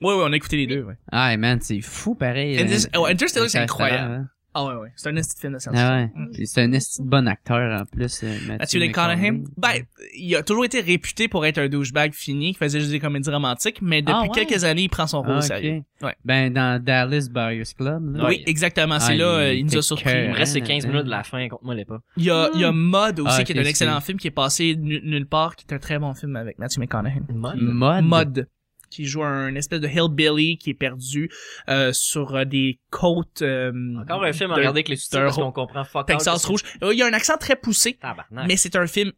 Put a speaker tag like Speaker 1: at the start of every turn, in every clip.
Speaker 1: Ouais, ouais, on a écouté les deux, ouais.
Speaker 2: Ah, man, c'est fou, pareil.
Speaker 1: Indis-
Speaker 2: euh,
Speaker 1: oh, Interstellar, c'est
Speaker 2: Interstellar,
Speaker 1: incroyable.
Speaker 2: hein.
Speaker 1: Ah ouais, ouais. C'est un esti de film de science
Speaker 2: Ah ouais.
Speaker 1: Mm.
Speaker 2: Puis C'est un esti de bon acteur, en plus. euh,
Speaker 1: Matthew
Speaker 2: Matthew
Speaker 1: McConaughey,
Speaker 2: McConaughey.
Speaker 1: ben, il a toujours été réputé pour être un douchebag fini, qui faisait juste des comédies romantiques, mais depuis
Speaker 2: Ah ouais?
Speaker 1: quelques années, il prend son rôle
Speaker 2: Ah,
Speaker 1: au
Speaker 2: ok.
Speaker 1: sérieux. Ouais.
Speaker 2: Ben, dans Dallas Buyers Club, là.
Speaker 1: Oui, exactement, c'est là,
Speaker 2: Ah, il
Speaker 1: euh, il nous a
Speaker 2: était
Speaker 1: surpris.
Speaker 2: cœur.
Speaker 3: Il me reste ces 15
Speaker 2: Hein,
Speaker 3: minutes de la fin, contre moi les pas.
Speaker 1: Il y a, il y
Speaker 3: Hmm.
Speaker 1: a Mud aussi,
Speaker 2: Ah,
Speaker 1: qui
Speaker 2: ok,
Speaker 1: est un
Speaker 2: c'est-
Speaker 1: excellent film, qui est passé nu- nulle part, qui est un très bon film avec Matthew McConaughey.
Speaker 3: Mm.
Speaker 2: Mode.
Speaker 1: Mud, qui joue un espèce de hillbilly qui est perdu euh, sur euh, des côtes... euh,
Speaker 3: Encore un film à
Speaker 1: de-
Speaker 3: regarder avec les sous-titres parce
Speaker 1: d'un-
Speaker 3: qu'on comprend fuck all
Speaker 1: Texas
Speaker 3: qu'est-ce
Speaker 1: Rouge. Euh, Il y a un accent très poussé,
Speaker 3: que- Tabarnak.
Speaker 1: mais c'est un film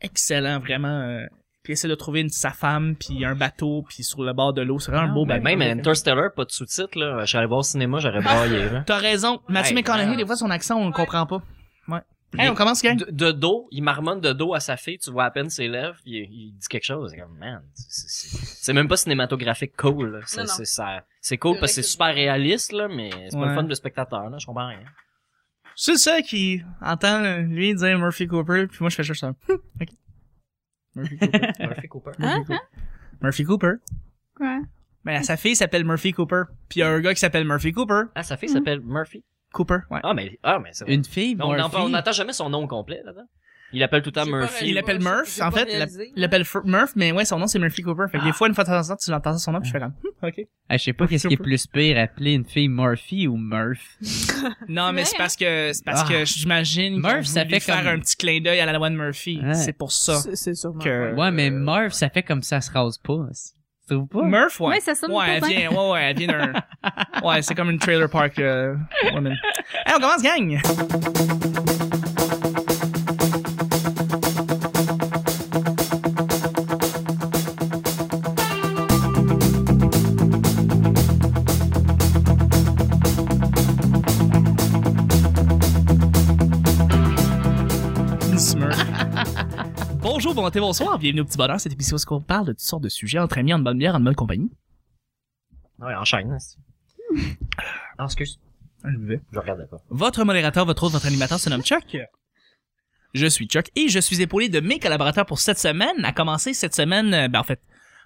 Speaker 1: excellent, vraiment. euh, Puis il essaie de trouver une, sa femme, puis un bateau, puis sur le bord de l'eau. C'est vraiment un
Speaker 2: Ah,
Speaker 1: beau
Speaker 3: Ben,
Speaker 1: bateau.
Speaker 3: même Ah! Interstellar, pas de sous-titres, là. J'allais voir au cinéma, j'aurais braillé, là.
Speaker 1: T'as raison. Mathieu
Speaker 3: Hey,
Speaker 1: McConaughey,
Speaker 3: man.
Speaker 1: des fois, son accent, on le comprend pas. Ouais. Hey, on commence, gang.
Speaker 3: De, de dos, il marmonne de dos à sa fille, tu vois à peine ses lèvres, il, il dit quelque chose. C'est comme, man, c'est- c'est c'est même pas cinématographique cool, là. C'est-
Speaker 4: Non, non.
Speaker 3: C'est ça- c'est cool
Speaker 4: C'est
Speaker 3: parce que
Speaker 4: vrai
Speaker 3: c'est
Speaker 4: que-
Speaker 3: super réaliste, là, mais c'est pas
Speaker 1: Ouais.
Speaker 3: le fun de spectateur, là. Je comprends rien.
Speaker 1: C'est ça qui entend euh, lui dire Murphy Cooper, puis moi, je fais juste ça. Ok. Murphy Cooper.
Speaker 3: Murphy Cooper.
Speaker 4: Hein? Hein?
Speaker 1: Murphy Cooper.
Speaker 4: Quoi?
Speaker 1: Ben, sa fille s'appelle Murphy Cooper. Puis il y a un gars qui s'appelle Murphy Cooper.
Speaker 3: Ah, sa fille s'appelle Murphy?
Speaker 1: Cooper, ouais.
Speaker 3: Ah, mais, ah, mais c'est vrai.
Speaker 2: Une fille,
Speaker 3: On
Speaker 2: Murphy.
Speaker 3: n'entend- on n'attend jamais son nom complet, là-dedans. Il appelle tout le temps
Speaker 4: J'ai pas
Speaker 3: Murphy.
Speaker 1: Il
Speaker 4: Ouais,
Speaker 1: l'appelle
Speaker 4: ouais,
Speaker 1: Murph,
Speaker 4: j'ai
Speaker 1: en
Speaker 4: pas
Speaker 1: fait.
Speaker 4: réalisé,
Speaker 1: Il l'appelle Fr- Murph, mais ouais, son nom c'est Murphy Cooper. Fait que des fois, une fois de temps en temps, tu l'entends son nom, puis je fais comme. Hum, Ok.
Speaker 2: Ah, je sais pas qu'est-ce qui est
Speaker 1: Cooper.
Speaker 2: plus pire, appeler une fille Murphy ou Murph.
Speaker 1: Non, mais
Speaker 4: Ouais,
Speaker 1: c'est
Speaker 4: hein.
Speaker 1: parce que c'est parce
Speaker 2: Ah.
Speaker 1: que j'imagine
Speaker 2: Murph,
Speaker 1: Murph,
Speaker 2: ça
Speaker 1: ça fait
Speaker 2: fait
Speaker 1: faire
Speaker 2: comme-
Speaker 1: un petit clin d'œil à la loi de Murphy.
Speaker 2: Ouais.
Speaker 1: C'est pour ça.
Speaker 4: C'est- C'est sûrement.
Speaker 1: Que-
Speaker 4: pas-
Speaker 2: Ouais, mais Murph, ça fait comme ça se rase pas. c'est- Tu trouves pas?
Speaker 1: Murph, ouais.
Speaker 4: Ouais, ça sonne
Speaker 1: ouais, elle
Speaker 4: pas bien.
Speaker 1: vient, ouais, ouais, elle vient d'un. ouais, c'est comme une trailer park euh, woman. Hey, on commence, gang! Smurf. Bonjour, bon matin, bonsoir, bienvenue au Petit Bonheur, cette émission où on parle de toutes sortes de sujets entre amis, en bonne bière, en bonne compagnie.
Speaker 3: Ouais, enchaîne. là, c'est- Ah, excuse.
Speaker 1: Je buvais.
Speaker 3: Je regardais pas.
Speaker 1: Votre modérateur, votre autre, votre animateur se nomme Chuck. Je suis Chuck et je suis épaulé de mes collaborateurs pour cette semaine, à commencer cette semaine, euh, ben en fait,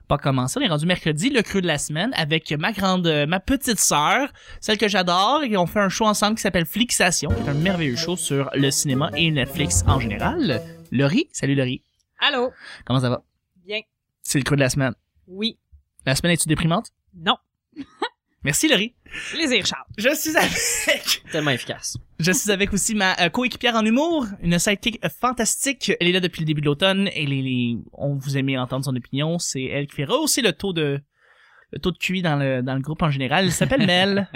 Speaker 1: pas commencer, on est rendu mercredi, le cru de la semaine, avec ma grande, euh, ma petite sœur, celle que j'adore, et on fait un show ensemble qui s'appelle Flixation, qui est un merveilleux show sur le cinéma et Netflix en général. Laurie, salut Laurie,
Speaker 4: Allô?
Speaker 1: comment ça va?
Speaker 4: Bien.
Speaker 1: C'est le cru de la semaine.
Speaker 4: Oui.
Speaker 1: La semaine est-tu déprimante?
Speaker 4: Non.
Speaker 1: Merci Laurie.
Speaker 4: Plaisir, Charles.
Speaker 1: Je suis avec
Speaker 3: Tellement efficace.
Speaker 1: Je suis avec aussi ma euh, coéquipière en humour, une sidekick euh, fantastique. Elle est là depuis le début de l'automne. Elle est, les- on vous aimait entendre son opinion. C'est elle qui fait rehausser le taux de le taux de QI dans le dans le groupe en général. Elle s'appelle Mel.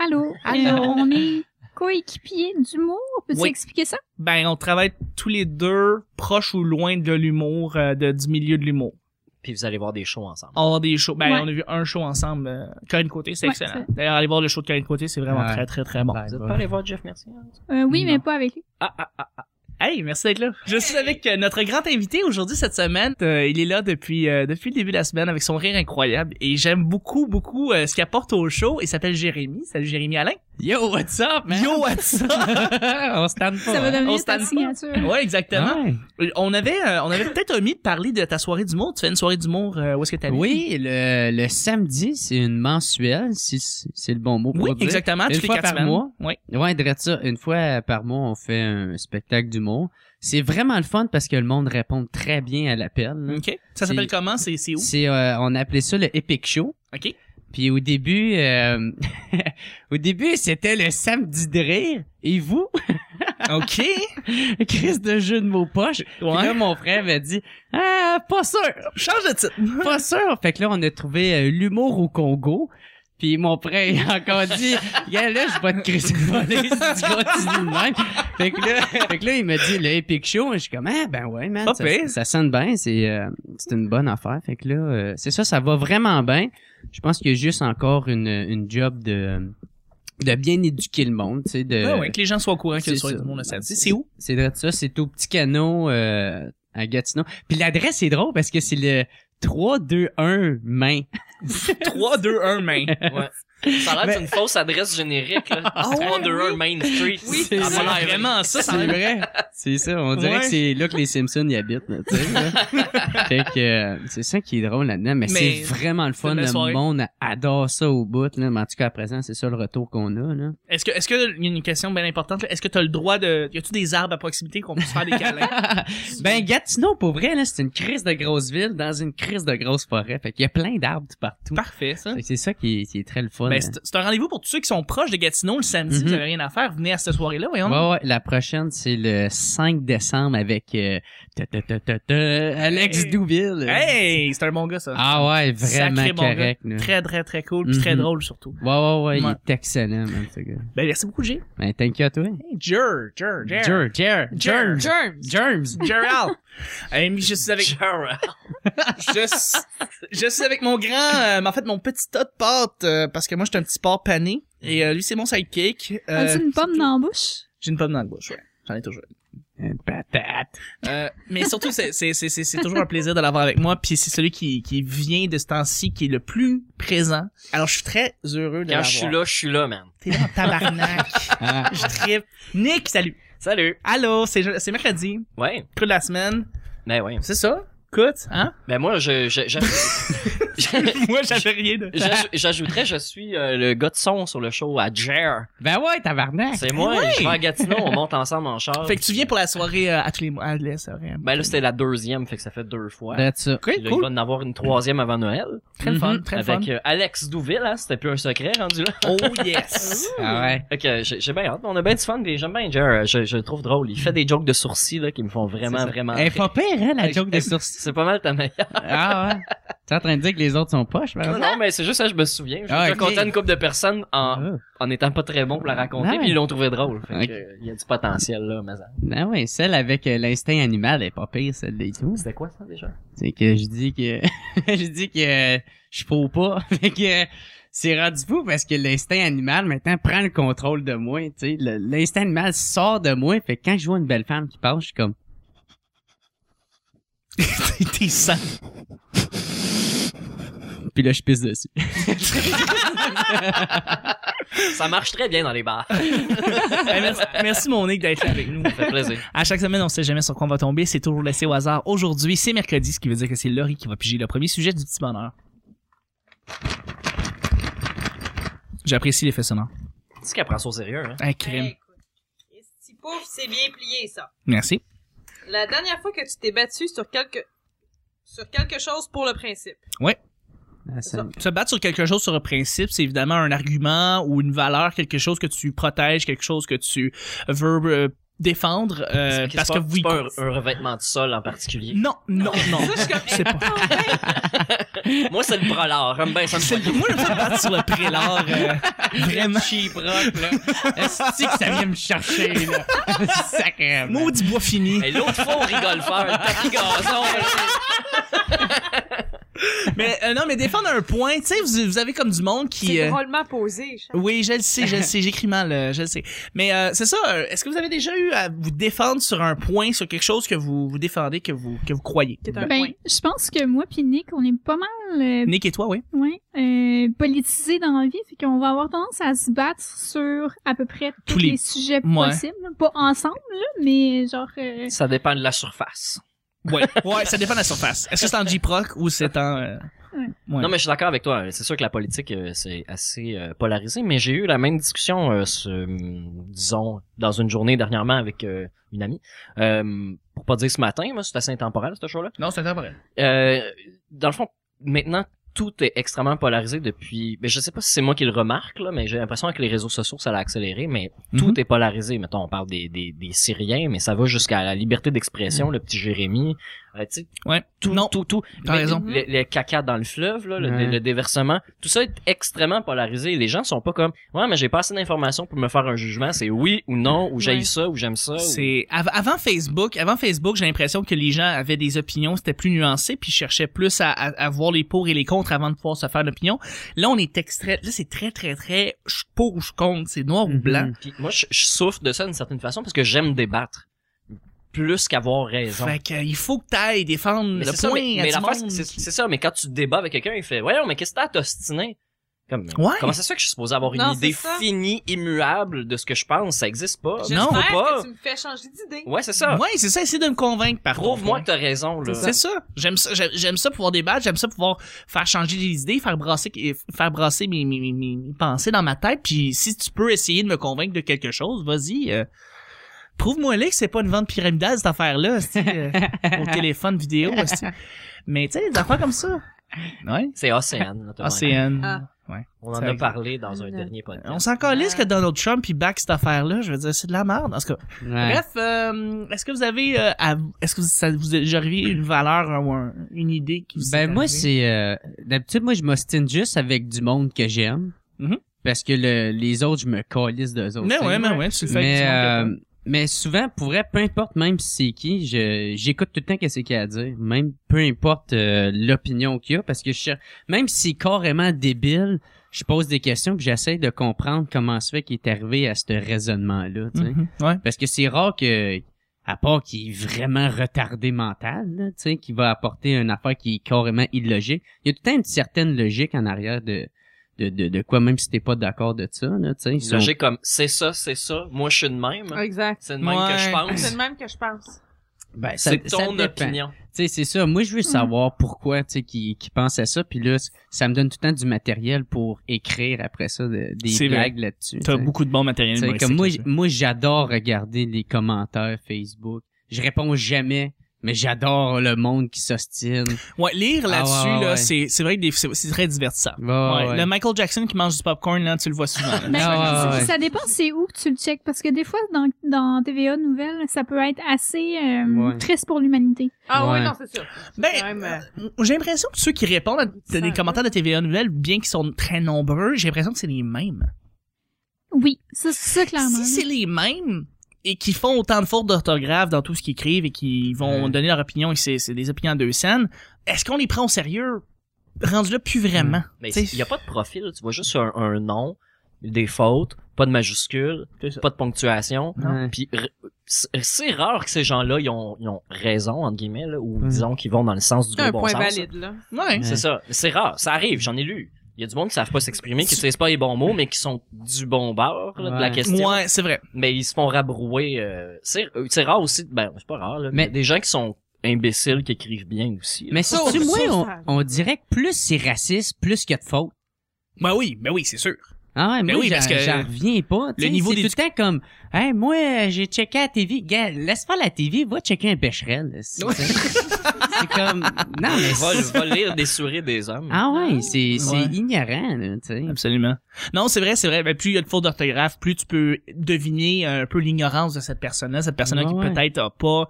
Speaker 5: Allô?
Speaker 1: Allô?
Speaker 5: Euh, on est coéquipiers d'humour? Peux-tu
Speaker 1: Oui.
Speaker 5: expliquer ça?
Speaker 1: ben, on travaille tous les deux proches ou loin de l'humour, euh, de, du milieu de l'humour.
Speaker 3: Puis vous allez voir des shows ensemble.
Speaker 1: On va voir des shows. Ben,
Speaker 5: Ouais.
Speaker 1: on a vu un show ensemble. euh, Corinne Côté, c'est
Speaker 5: Ouais,
Speaker 1: excellent. D'ailleurs, allez voir le show de Corinne Côté, c'est vraiment
Speaker 2: Ouais.
Speaker 1: très très très bon.
Speaker 2: Ouais,
Speaker 3: Vous êtes
Speaker 2: bah.
Speaker 3: pas allé voir Jeff Mercier? hein?
Speaker 5: Euh, oui, mais
Speaker 1: Non.
Speaker 5: pas avec lui.
Speaker 3: Ah, ah, ah.
Speaker 1: Hey, merci d'être là. Je suis avec euh, notre grand invité aujourd'hui cette semaine. Euh, il est là depuis euh, depuis le début de la semaine avec son rire incroyable et j'aime beaucoup beaucoup euh, ce qu'il apporte au show. Il s'appelle Jérémy. Salut Jérémy Alain.
Speaker 2: Yo, what's up, man?
Speaker 1: Yo what's up?
Speaker 2: on se tente pas.
Speaker 5: Ça va
Speaker 2: hein?
Speaker 1: on
Speaker 5: devenir
Speaker 1: se
Speaker 5: ta
Speaker 1: tanne pas.
Speaker 5: signature.
Speaker 1: ouais, exactement.
Speaker 2: Ouais.
Speaker 1: Euh, On avait euh, on avait peut-être omis de parler de ta soirée d'humour. Tu fais une soirée d'humour euh, où est-ce que t'as
Speaker 2: Oui, le, le samedi, c'est une mensuelle, si si c'est le bon mot pour
Speaker 1: Oui,
Speaker 2: le dire.
Speaker 1: exactement.
Speaker 2: Une
Speaker 1: Toutes les
Speaker 2: fois
Speaker 1: quatre
Speaker 2: par
Speaker 1: semaines.
Speaker 2: mois.
Speaker 1: Oui.
Speaker 2: Ouais, drette ça. Une fois par mois, on fait un spectacle d'humour. C'est vraiment le fun parce que le monde répond très bien à l'appel. là.
Speaker 1: Ok. Ça
Speaker 2: C'est-
Speaker 1: s'appelle comment C'est Mm, c'est où
Speaker 2: C'est, euh, on appelait ça le Epic Show.
Speaker 1: Ok.
Speaker 2: Puis au début, euh, au début, c'était le samedi de rire. Et vous,
Speaker 1: Ok.
Speaker 2: crise de jeu de mots poche. Puis là,
Speaker 1: ouais.
Speaker 2: mon frère m'a dit, ah, pas sûr.
Speaker 1: Change de titre.
Speaker 2: pas sûr. Fait que là, on a trouvé euh, l'humour au Congo. Puis mon frère, il a encore dit, gars, là, je vais te crisser le volet si tu continues de même. Fait que là, fait que là, il m'a dit, le Epic Show. Je suis comme, ah, ben ouais, man.
Speaker 1: Pas
Speaker 2: Ça,
Speaker 1: pire.
Speaker 2: ça sonne bien. C'est, euh, c'est une bonne affaire. Fait que là, euh, c'est ça, ça va vraiment bien. Je pense qu'il y a juste encore une, une job de, de bien éduquer le monde, tu sais, de,
Speaker 1: Ah Ouais, ouais, que les gens soient au courant que
Speaker 2: Euh, c'est
Speaker 1: la soirée
Speaker 2: ça.
Speaker 1: d'humour le samedi. C'est où
Speaker 2: c'est vrai de ça, c'est au petit canot euh, à Gatineau. Puis l'adresse est drôle parce que c'est le 321 main.
Speaker 1: 3, 2, 1, main.
Speaker 3: Ouais. Ça a l'air d'une fausse adresse générique, là. Wanderer Main Street.
Speaker 1: Ah Oui,
Speaker 2: C'est
Speaker 1: ah,
Speaker 2: ça.
Speaker 1: voilà, vraiment ça. ça
Speaker 2: C'est vrai. C'est ça. On dirait
Speaker 1: Ouais.
Speaker 2: que c'est là que les Simpsons y habitent. Là, tu sais, là. fait que euh, c'est ça qui est drôle là-dedans.
Speaker 1: Mais
Speaker 2: Mais, c'est vraiment le fun.
Speaker 1: une belle
Speaker 2: Le
Speaker 1: soirée.
Speaker 2: monde adore ça au bout. Là. Mais en tout cas, à présent, c'est ça le retour qu'on a. Là.
Speaker 1: Est-ce que, est-ce que, il y a une question bien importante, là. est-ce que t'as le droit de, y a-tu des arbres à proximité qu'on puisse faire des câlins?
Speaker 2: Ben Gatineau, pour vrai, là, c'est une crise de grosse ville dans une crise de grosse forêt. Fait qu'il y a plein d'arbres tout partout.
Speaker 1: Parfait, ça.
Speaker 2: Fait que C'est ça qui est, qui est très le fun.
Speaker 1: Ben,
Speaker 2: hein.
Speaker 1: c'est c'est un rendez-vous pour tous ceux qui sont proches de Gatineau le samedi,
Speaker 2: Mhm.
Speaker 1: vous avez rien à faire, venez à cette soirée-là, voyons.
Speaker 2: Ouais, ouais, la prochaine, c'est le 5 décembre avec euh, ta, ta, ta, ta, ta, Alex
Speaker 1: Hey.
Speaker 2: Douville.
Speaker 1: Hey, c'est un bon gars, ça.
Speaker 2: Ah ouais, vraiment
Speaker 1: Sacré bon gars.
Speaker 2: correct. là.
Speaker 1: Très, très, très cool, puis
Speaker 2: Mhm.
Speaker 1: très drôle surtout.
Speaker 2: Ouais, ouais, ouais,
Speaker 1: Ouais.
Speaker 2: il est excellent, même, ce gars.
Speaker 1: Ben, merci beaucoup, Jay.
Speaker 2: Ben, t'inquiète, toi.
Speaker 1: Jer, Jer, Jer.
Speaker 2: Jer, Jer,
Speaker 1: Jer.
Speaker 2: Germs, Germs.
Speaker 1: Gerald. Hey, mais je suis avec,
Speaker 3: Genre,
Speaker 1: je, suis- je suis avec mon grand, euh, mais en fait, mon petit tas de pâtes, euh, parce que moi, j'étais un petit porc pané, et euh, lui, c'est mon sidekick. Euh,
Speaker 5: As-tu une pomme
Speaker 1: surtout-
Speaker 5: dans la bouche?
Speaker 1: J'ai une pomme dans la bouche, ouais. J'en ai toujours.
Speaker 2: Une patate.
Speaker 1: Euh, mais surtout, c'est, c'est, c'est, c'est, c'est toujours un plaisir de l'avoir avec moi. Puis c'est celui qui, qui vient de ce temps-ci qui est le plus présent. Alors, je suis très heureux de
Speaker 3: quand
Speaker 1: l'avoir.
Speaker 3: je suis là, je suis là, man.
Speaker 1: T'es là en tabarnak.
Speaker 2: Ah,
Speaker 1: je tripe. Nick, salut.
Speaker 3: Salut.
Speaker 1: Allô, c'est, c'est mercredi.
Speaker 3: Ouais.
Speaker 1: Creux de la semaine.
Speaker 3: Ben, ouais.
Speaker 1: C'est ça? Écoute, hein?
Speaker 3: Ben, moi, je, je, je-
Speaker 1: Moi, j'avais rien de...
Speaker 3: J'aj- J'ajouterais, je suis euh, le gars de son sur le show à Jer.
Speaker 2: ben ouais, tabarnak.
Speaker 3: C'est moi,
Speaker 1: Ah, ouais.
Speaker 3: je vais à Gatineau, on monte ensemble en char.
Speaker 1: Fait que tu viens pour la soirée euh, à tous les mois. Ah, là, c'est vrai.
Speaker 3: Ben là, c'était la deuxième, fait que ça fait deux fois.
Speaker 2: That's it.
Speaker 1: Cool,
Speaker 3: Puis là,
Speaker 1: Euh, cool.
Speaker 3: il va en avoir une troisième avant Noël.
Speaker 1: Très le fun,
Speaker 2: Mhm.
Speaker 1: très le fun.
Speaker 3: avec euh, Alex Douville, hein, c'était plus un secret rendu là.
Speaker 1: Oh yes!
Speaker 2: Ah ouais.
Speaker 3: Fait que j'ai j'ai bien hâte. On a bien du fun, puis j'aime bien Jer. Je, je le trouve drôle. Il fait des jokes de sourcils là, qui me font vraiment, vraiment.
Speaker 2: Elle est pas
Speaker 3: rire.
Speaker 2: pire, hein, la
Speaker 3: Hey,
Speaker 2: joke
Speaker 3: hey,
Speaker 2: des sourcils.
Speaker 3: C'est pas mal ta meilleure.
Speaker 2: Ah ouais. T'es en train de dire que les autres sont poches, par
Speaker 3: Non,
Speaker 2: exemple?
Speaker 3: non, mais c'est juste ça, je me souviens. J'ai
Speaker 2: Ah, ok.
Speaker 3: déjà
Speaker 2: Ah.
Speaker 3: conté à une couple de personnes en, en étant pas très bon pour la raconter,
Speaker 2: Ouais.
Speaker 3: puis ils l'ont trouvé drôle. Fait
Speaker 2: Ok.
Speaker 3: que, euh, il y a du potentiel là, mais
Speaker 2: Ah ouais, celle avec euh, l'instinct animal elle est pas pire, celle des tout.
Speaker 3: c'était quoi ça déjà?
Speaker 2: C'est que je dis que je dis que euh, je faux pas. Fait que c'est rendu fou parce que l'instinct animal maintenant prend le contrôle de moi. tu sais. Le- L'instinct animal sort de moi. Fait que quand je vois une belle femme qui passe, je suis comme
Speaker 1: T'es sale.
Speaker 2: puis là je pisse dessus.
Speaker 3: Ça marche très bien dans les bars.
Speaker 1: Ben, merci, merci, mon Nick, d'être là avec nous.
Speaker 3: Ça fait plaisir.
Speaker 1: À chaque semaine, on sait jamais sur quoi on va tomber. C'est toujours laissé au hasard. Aujourd'hui, c'est mercredi, ce qui veut dire que c'est Laurie qui va piger le premier sujet du petit bonheur. J'apprécie l'effet sonore.
Speaker 3: C'est qu'elle prend ça au sérieux, hein?
Speaker 1: Un crime.
Speaker 4: Hey, écoute. Esti Pouf, c'est bien plié, ça.
Speaker 1: Merci.
Speaker 4: La dernière fois que tu t'es battu sur quelque... sur quelque chose pour le principe.
Speaker 2: Ah, ça-
Speaker 1: Se battre sur quelque chose sur un principe, c'est évidemment un argument ou une valeur, quelque chose que tu protèges, quelque chose que tu veux euh, défendre. euh,
Speaker 3: C'est- c'est
Speaker 1: parce
Speaker 3: pas-
Speaker 1: que oui.
Speaker 3: C'est pas un, un revêtement de sol en particulier.
Speaker 1: Non, non, non.
Speaker 4: Ça, je suis comme,
Speaker 1: C'est pas.
Speaker 3: Moi, c'est le prolard. J'aime bien ça. me
Speaker 1: C'est- Moi, je me battre sur le prélat. euh, vraiment.
Speaker 2: Esti que ça vient me chercher là. Sacrément.
Speaker 1: Maudit bois fini.
Speaker 3: Hey, L'autre fois, on rigole faire le tapis gazon. là.
Speaker 1: Mais euh, non, mais défendre un point, tu sais, vous, vous avez comme du monde qui.
Speaker 4: c'est
Speaker 1: euh,
Speaker 4: drôlement posé, Charles.
Speaker 1: Oui, je le sais, je le sais, j'écris mal, euh, je le sais. Mais euh, c'est ça, euh, est-ce que vous avez déjà eu à vous défendre sur un point, sur quelque chose que vous vous défendez, que vous que vous croyez?
Speaker 4: Qui est un point.
Speaker 5: Ben, je pense que moi puis Nick, on est pas mal euh,
Speaker 1: Nick et toi, oui.
Speaker 5: ouais, euh, politisés dans la vie, fait qu'on va avoir tendance à se battre sur à peu près tous,
Speaker 1: les-
Speaker 5: les... sujets
Speaker 1: Ouais.
Speaker 5: possibles. là. Pas ensemble, là, mais genre... euh,
Speaker 3: Ça dépend de la surface.
Speaker 1: Ouais, ouais, ça dépend de la surface. Est-ce que c'est en J-Proc ou c'est en... euh,
Speaker 5: Ouais.
Speaker 1: ouais.
Speaker 3: Non, mais je suis d'accord avec toi. C'est sûr que la politique, euh, c'est assez euh, polarisé, mais j'ai eu la même discussion, euh, ce, hum, disons, dans une journée dernièrement avec euh, une amie. Euh, pour pas dire ce matin, moi, c'est assez intemporel, ce show-là.
Speaker 1: Non, c'est vrai.
Speaker 3: Euh, dans le fond, maintenant, tout est extrêmement polarisé depuis. Mais je sais pas si c'est moi qui le remarque, là, mais j'ai l'impression que les réseaux sociaux, ça l'a accéléré, mais tout est polarisé. Mettons, on parle des, des, des Syriens, mais ça va jusqu'à la liberté d'expression, le petit Jérémy. Euh, tu sais,
Speaker 1: Ouais.
Speaker 3: tout,
Speaker 1: Non.
Speaker 3: tout, tout.
Speaker 1: T'as
Speaker 3: Mais
Speaker 1: raison.
Speaker 3: Le, le caca dans le fleuve, là, le,
Speaker 2: Ouais.
Speaker 3: le déversement, tout ça est extrêmement polarisé. Les gens sont pas comme, ouais, mais j'ai pas assez d'informations pour me faire un jugement. C'est oui ou non, ou j'aille
Speaker 4: Ouais.
Speaker 3: ça, ou j'aime ça. ou-
Speaker 1: C'est av- avant Facebook, avant Facebook, j'ai l'impression que les gens avaient des opinions, c'était plus nuancé, puis ils cherchaient plus à, à, à voir les pour et les contre avant de pouvoir se faire une opinion. Là, on est extrait, là c'est très très très je suis pour ou je suis contre, c'est noir
Speaker 3: Mm-hmm.
Speaker 1: ou blanc.
Speaker 3: Puis moi, je, je souffre de ça d'une certaine façon parce que j'aime débattre plus qu'avoir raison.
Speaker 1: Fait que, euh, il faut que t'ailles défendre
Speaker 3: Mais
Speaker 1: le
Speaker 3: c'est ça,
Speaker 1: point
Speaker 3: mais,
Speaker 1: à
Speaker 3: mais
Speaker 1: du
Speaker 3: l'affaire,
Speaker 1: monde.
Speaker 3: c'est c'est ça, mais quand tu débats avec quelqu'un, il fait, voyons, mais qu'est-ce que t'as à t'ostiner? Comme, mais
Speaker 1: Ouais.
Speaker 3: Comment ça se fait que je suis supposé avoir une
Speaker 4: Non,
Speaker 3: idée
Speaker 4: c'est ça.
Speaker 3: finie, immuable de ce que je pense? Ça existe pas.
Speaker 4: J'espère
Speaker 1: Non,
Speaker 3: pas.
Speaker 4: que tu me fais changer d'idée.
Speaker 3: Ouais, c'est ça.
Speaker 1: Ouais, c'est ça, essayer de me convaincre par
Speaker 3: Prouve-moi que
Speaker 1: contre.
Speaker 3: t'as raison, là.
Speaker 1: C'est ça. J'aime ça, j'aime- j'aime ça pouvoir débattre, j'aime ça pouvoir faire changer les idées, faire brasser, et faire brasser mes, mes, mes, mes- mes pensées dans ma tête. Puis si tu peux essayer de me convaincre de quelque chose, vas-y. euh, Prouve-moi là que c'est pas une vente pyramidale cette affaire-là, esti, euh, au téléphone vidéo. esti. Mais tu sais, des affaires comme ça. Ouais.
Speaker 3: C'est Océane, notamment.
Speaker 1: Océane.
Speaker 4: Ah.
Speaker 3: On en
Speaker 1: Ça
Speaker 3: a
Speaker 1: existe.
Speaker 3: parlé dans un dernier
Speaker 1: On
Speaker 3: podcast.
Speaker 1: s'en calisse que Donald Trump il back cette affaire-là. Je veux dire, c'est de la merde. En tout cas,
Speaker 2: Ouais.
Speaker 1: Bref, euh, est-ce que vous avez, euh, à- est-ce que ça vous est déjà arrivé une valeur euh, ou un- une idée qui vous est
Speaker 2: Ben moi
Speaker 1: arrivée?
Speaker 2: c'est euh, d'habitude moi je m'ostine juste avec du monde que j'aime
Speaker 1: Mhm.
Speaker 2: parce que le- les autres je me calisse d'eux autres.
Speaker 1: Mais
Speaker 2: tu sais.
Speaker 1: ouais, mais ouais, tu le fais.
Speaker 2: mais,
Speaker 1: avec
Speaker 2: euh, mais souvent pour vrai peu importe même si c'est qui, je j'écoute tout le temps qu'est-ce qu'il y a à dire, même peu importe euh, l'opinion qu'il y a parce que je cher- même si c'est carrément débile, je pose des questions puis j'essaie de comprendre comment se fait qu'il est arrivé à ce raisonnement là,
Speaker 1: son que t'as. Mhm, ouais.
Speaker 2: parce que c'est rare que, à part qu'il est vraiment retardé mental, là, tu sais, qu'il va apporter une affaire qui est carrément illogique. Il y a tout le temps une certaine logique en arrière de, de, de, de quoi, même si t'es pas d'accord de ça, là, tu sais. ils sont-
Speaker 3: Logique comme, c'est ça, c'est ça. Moi, je suis de même.
Speaker 4: Exact.
Speaker 3: C'est de même
Speaker 1: Ouais.
Speaker 3: que je
Speaker 4: C'est le
Speaker 3: pense.
Speaker 4: même que je pense.
Speaker 2: Ben, ça-
Speaker 3: C'est
Speaker 2: ça
Speaker 3: ton
Speaker 2: dépend.
Speaker 3: opinion.
Speaker 2: Tu sais, c'est ça. Moi, je veux
Speaker 1: Hmm.
Speaker 2: savoir pourquoi, tu sais, qu'il qu'il pense à ça. Puis là, c- ça me donne tout le temps du matériel pour écrire après ça, de-
Speaker 1: C'est
Speaker 2: des
Speaker 1: vrai.
Speaker 2: blagues là-dessus.
Speaker 1: T'as
Speaker 2: tu sais.
Speaker 1: beaucoup de bons matériels.
Speaker 2: Tu sais,
Speaker 1: humoristiques,
Speaker 2: comme moi,
Speaker 1: là-dessus.
Speaker 2: j- moi j'adore regarder les commentaires Facebook. Je réponds jamais, mais j'adore le monde qui s'ostine.
Speaker 1: Ouais, lire
Speaker 2: Ah,
Speaker 1: là-dessus,
Speaker 2: ouais, ouais,
Speaker 1: là,
Speaker 2: ouais.
Speaker 1: c'est, c'est vrai que des- c'est, c'est très divertissant. Ouais, Le Michael Jackson qui mange du popcorn, là, tu le vois souvent. là.
Speaker 5: Ben,
Speaker 2: Ah, ouais,
Speaker 5: ça-
Speaker 2: ouais.
Speaker 5: Ça dépend c'est où que tu le checkes, parce que des fois, dans, dans TVA Nouvelles, ça peut être assez euh,
Speaker 2: Ouais.
Speaker 5: triste pour l'humanité.
Speaker 4: Ah ouais,
Speaker 2: Ouais.
Speaker 4: non, c'est sûr.
Speaker 1: Ben,
Speaker 4: C'est quand même, euh,
Speaker 1: J'ai l'impression que ceux qui répondent à t- des commentaires de TVA Nouvelles, bien qu'ils sont très nombreux, j'ai l'impression que c'est les mêmes.
Speaker 5: Oui, ça, ça clairement.
Speaker 1: Si c'est les mêmes et qui font autant de fautes d'orthographe dans tout ce qu'ils écrivent et qui vont
Speaker 2: Ouais.
Speaker 1: donner leur opinion et que c'est c'est des opinions de scènes, est-ce qu'on les prend au sérieux? Rendu là, plus vraiment.
Speaker 2: Mm. Ben,
Speaker 3: Mais
Speaker 1: T'sais,
Speaker 3: il n'y a pas de profil. Tu vois juste un, un nom, des fautes, pas de majuscule,
Speaker 1: C'est ça.
Speaker 3: pas de ponctuation.
Speaker 2: Ouais.
Speaker 3: Puis r- c'est c'est rare que ces gens-là ils ont, ils ont raison entre guillemets là, ou
Speaker 2: Mm.
Speaker 3: disons qu'ils vont dans le sens du
Speaker 4: C'est un
Speaker 3: bon
Speaker 4: point
Speaker 3: sens.
Speaker 4: valide, là.
Speaker 1: Mhm. Ouais.
Speaker 3: C'est ça. C'est rare. Ça arrive. J'en ai lu. Il y a du monde qui savent pas s'exprimer, qui utilisent pas les bons mots, mais qui sont du bon bord là, de la
Speaker 2: Ouais.
Speaker 3: question.
Speaker 1: Ouais, c'est vrai.
Speaker 3: Mais ils se font rabrouer. euh, c'est c'est rare aussi. Ben c'est pas rare. Là, mais
Speaker 2: Mais-
Speaker 3: des gens qui sont imbéciles qui écrivent bien aussi. là.
Speaker 2: Mais si
Speaker 4: Sauf-
Speaker 2: tu moi,
Speaker 4: sauf
Speaker 2: on,
Speaker 4: ça.
Speaker 2: on dirait que plus c'est raciste, plus qu'il y a de fautes.
Speaker 1: Ben oui, ben oui, c'est sûr.
Speaker 2: Ah ouais,
Speaker 1: Ben
Speaker 2: moi,
Speaker 1: oui,
Speaker 2: j'en-
Speaker 1: parce que
Speaker 2: j'en reviens pas. tu
Speaker 1: le
Speaker 2: sais,
Speaker 1: niveau
Speaker 2: c'est tout le temps comme, hey, moi, euh, j'ai checké la TV. Gars, laisse faire la TV, va checker un Becherel. là, si-
Speaker 1: Ouais.
Speaker 2: C'est comme, non, mais
Speaker 3: va,
Speaker 2: c'est-
Speaker 3: va lire des souris des hommes.
Speaker 2: ah ouais, c'est,
Speaker 1: Ouais.
Speaker 2: c'est ignorant, là, tu sais.
Speaker 1: Absolument. Non, c'est vrai, c'est vrai. Ben, plus il y a de fautes d'orthographe, plus tu peux deviner un peu l'ignorance de cette personne-là. Cette personne-là
Speaker 2: Bah Ouais,
Speaker 1: qui
Speaker 2: ouais.
Speaker 1: peut-être a pas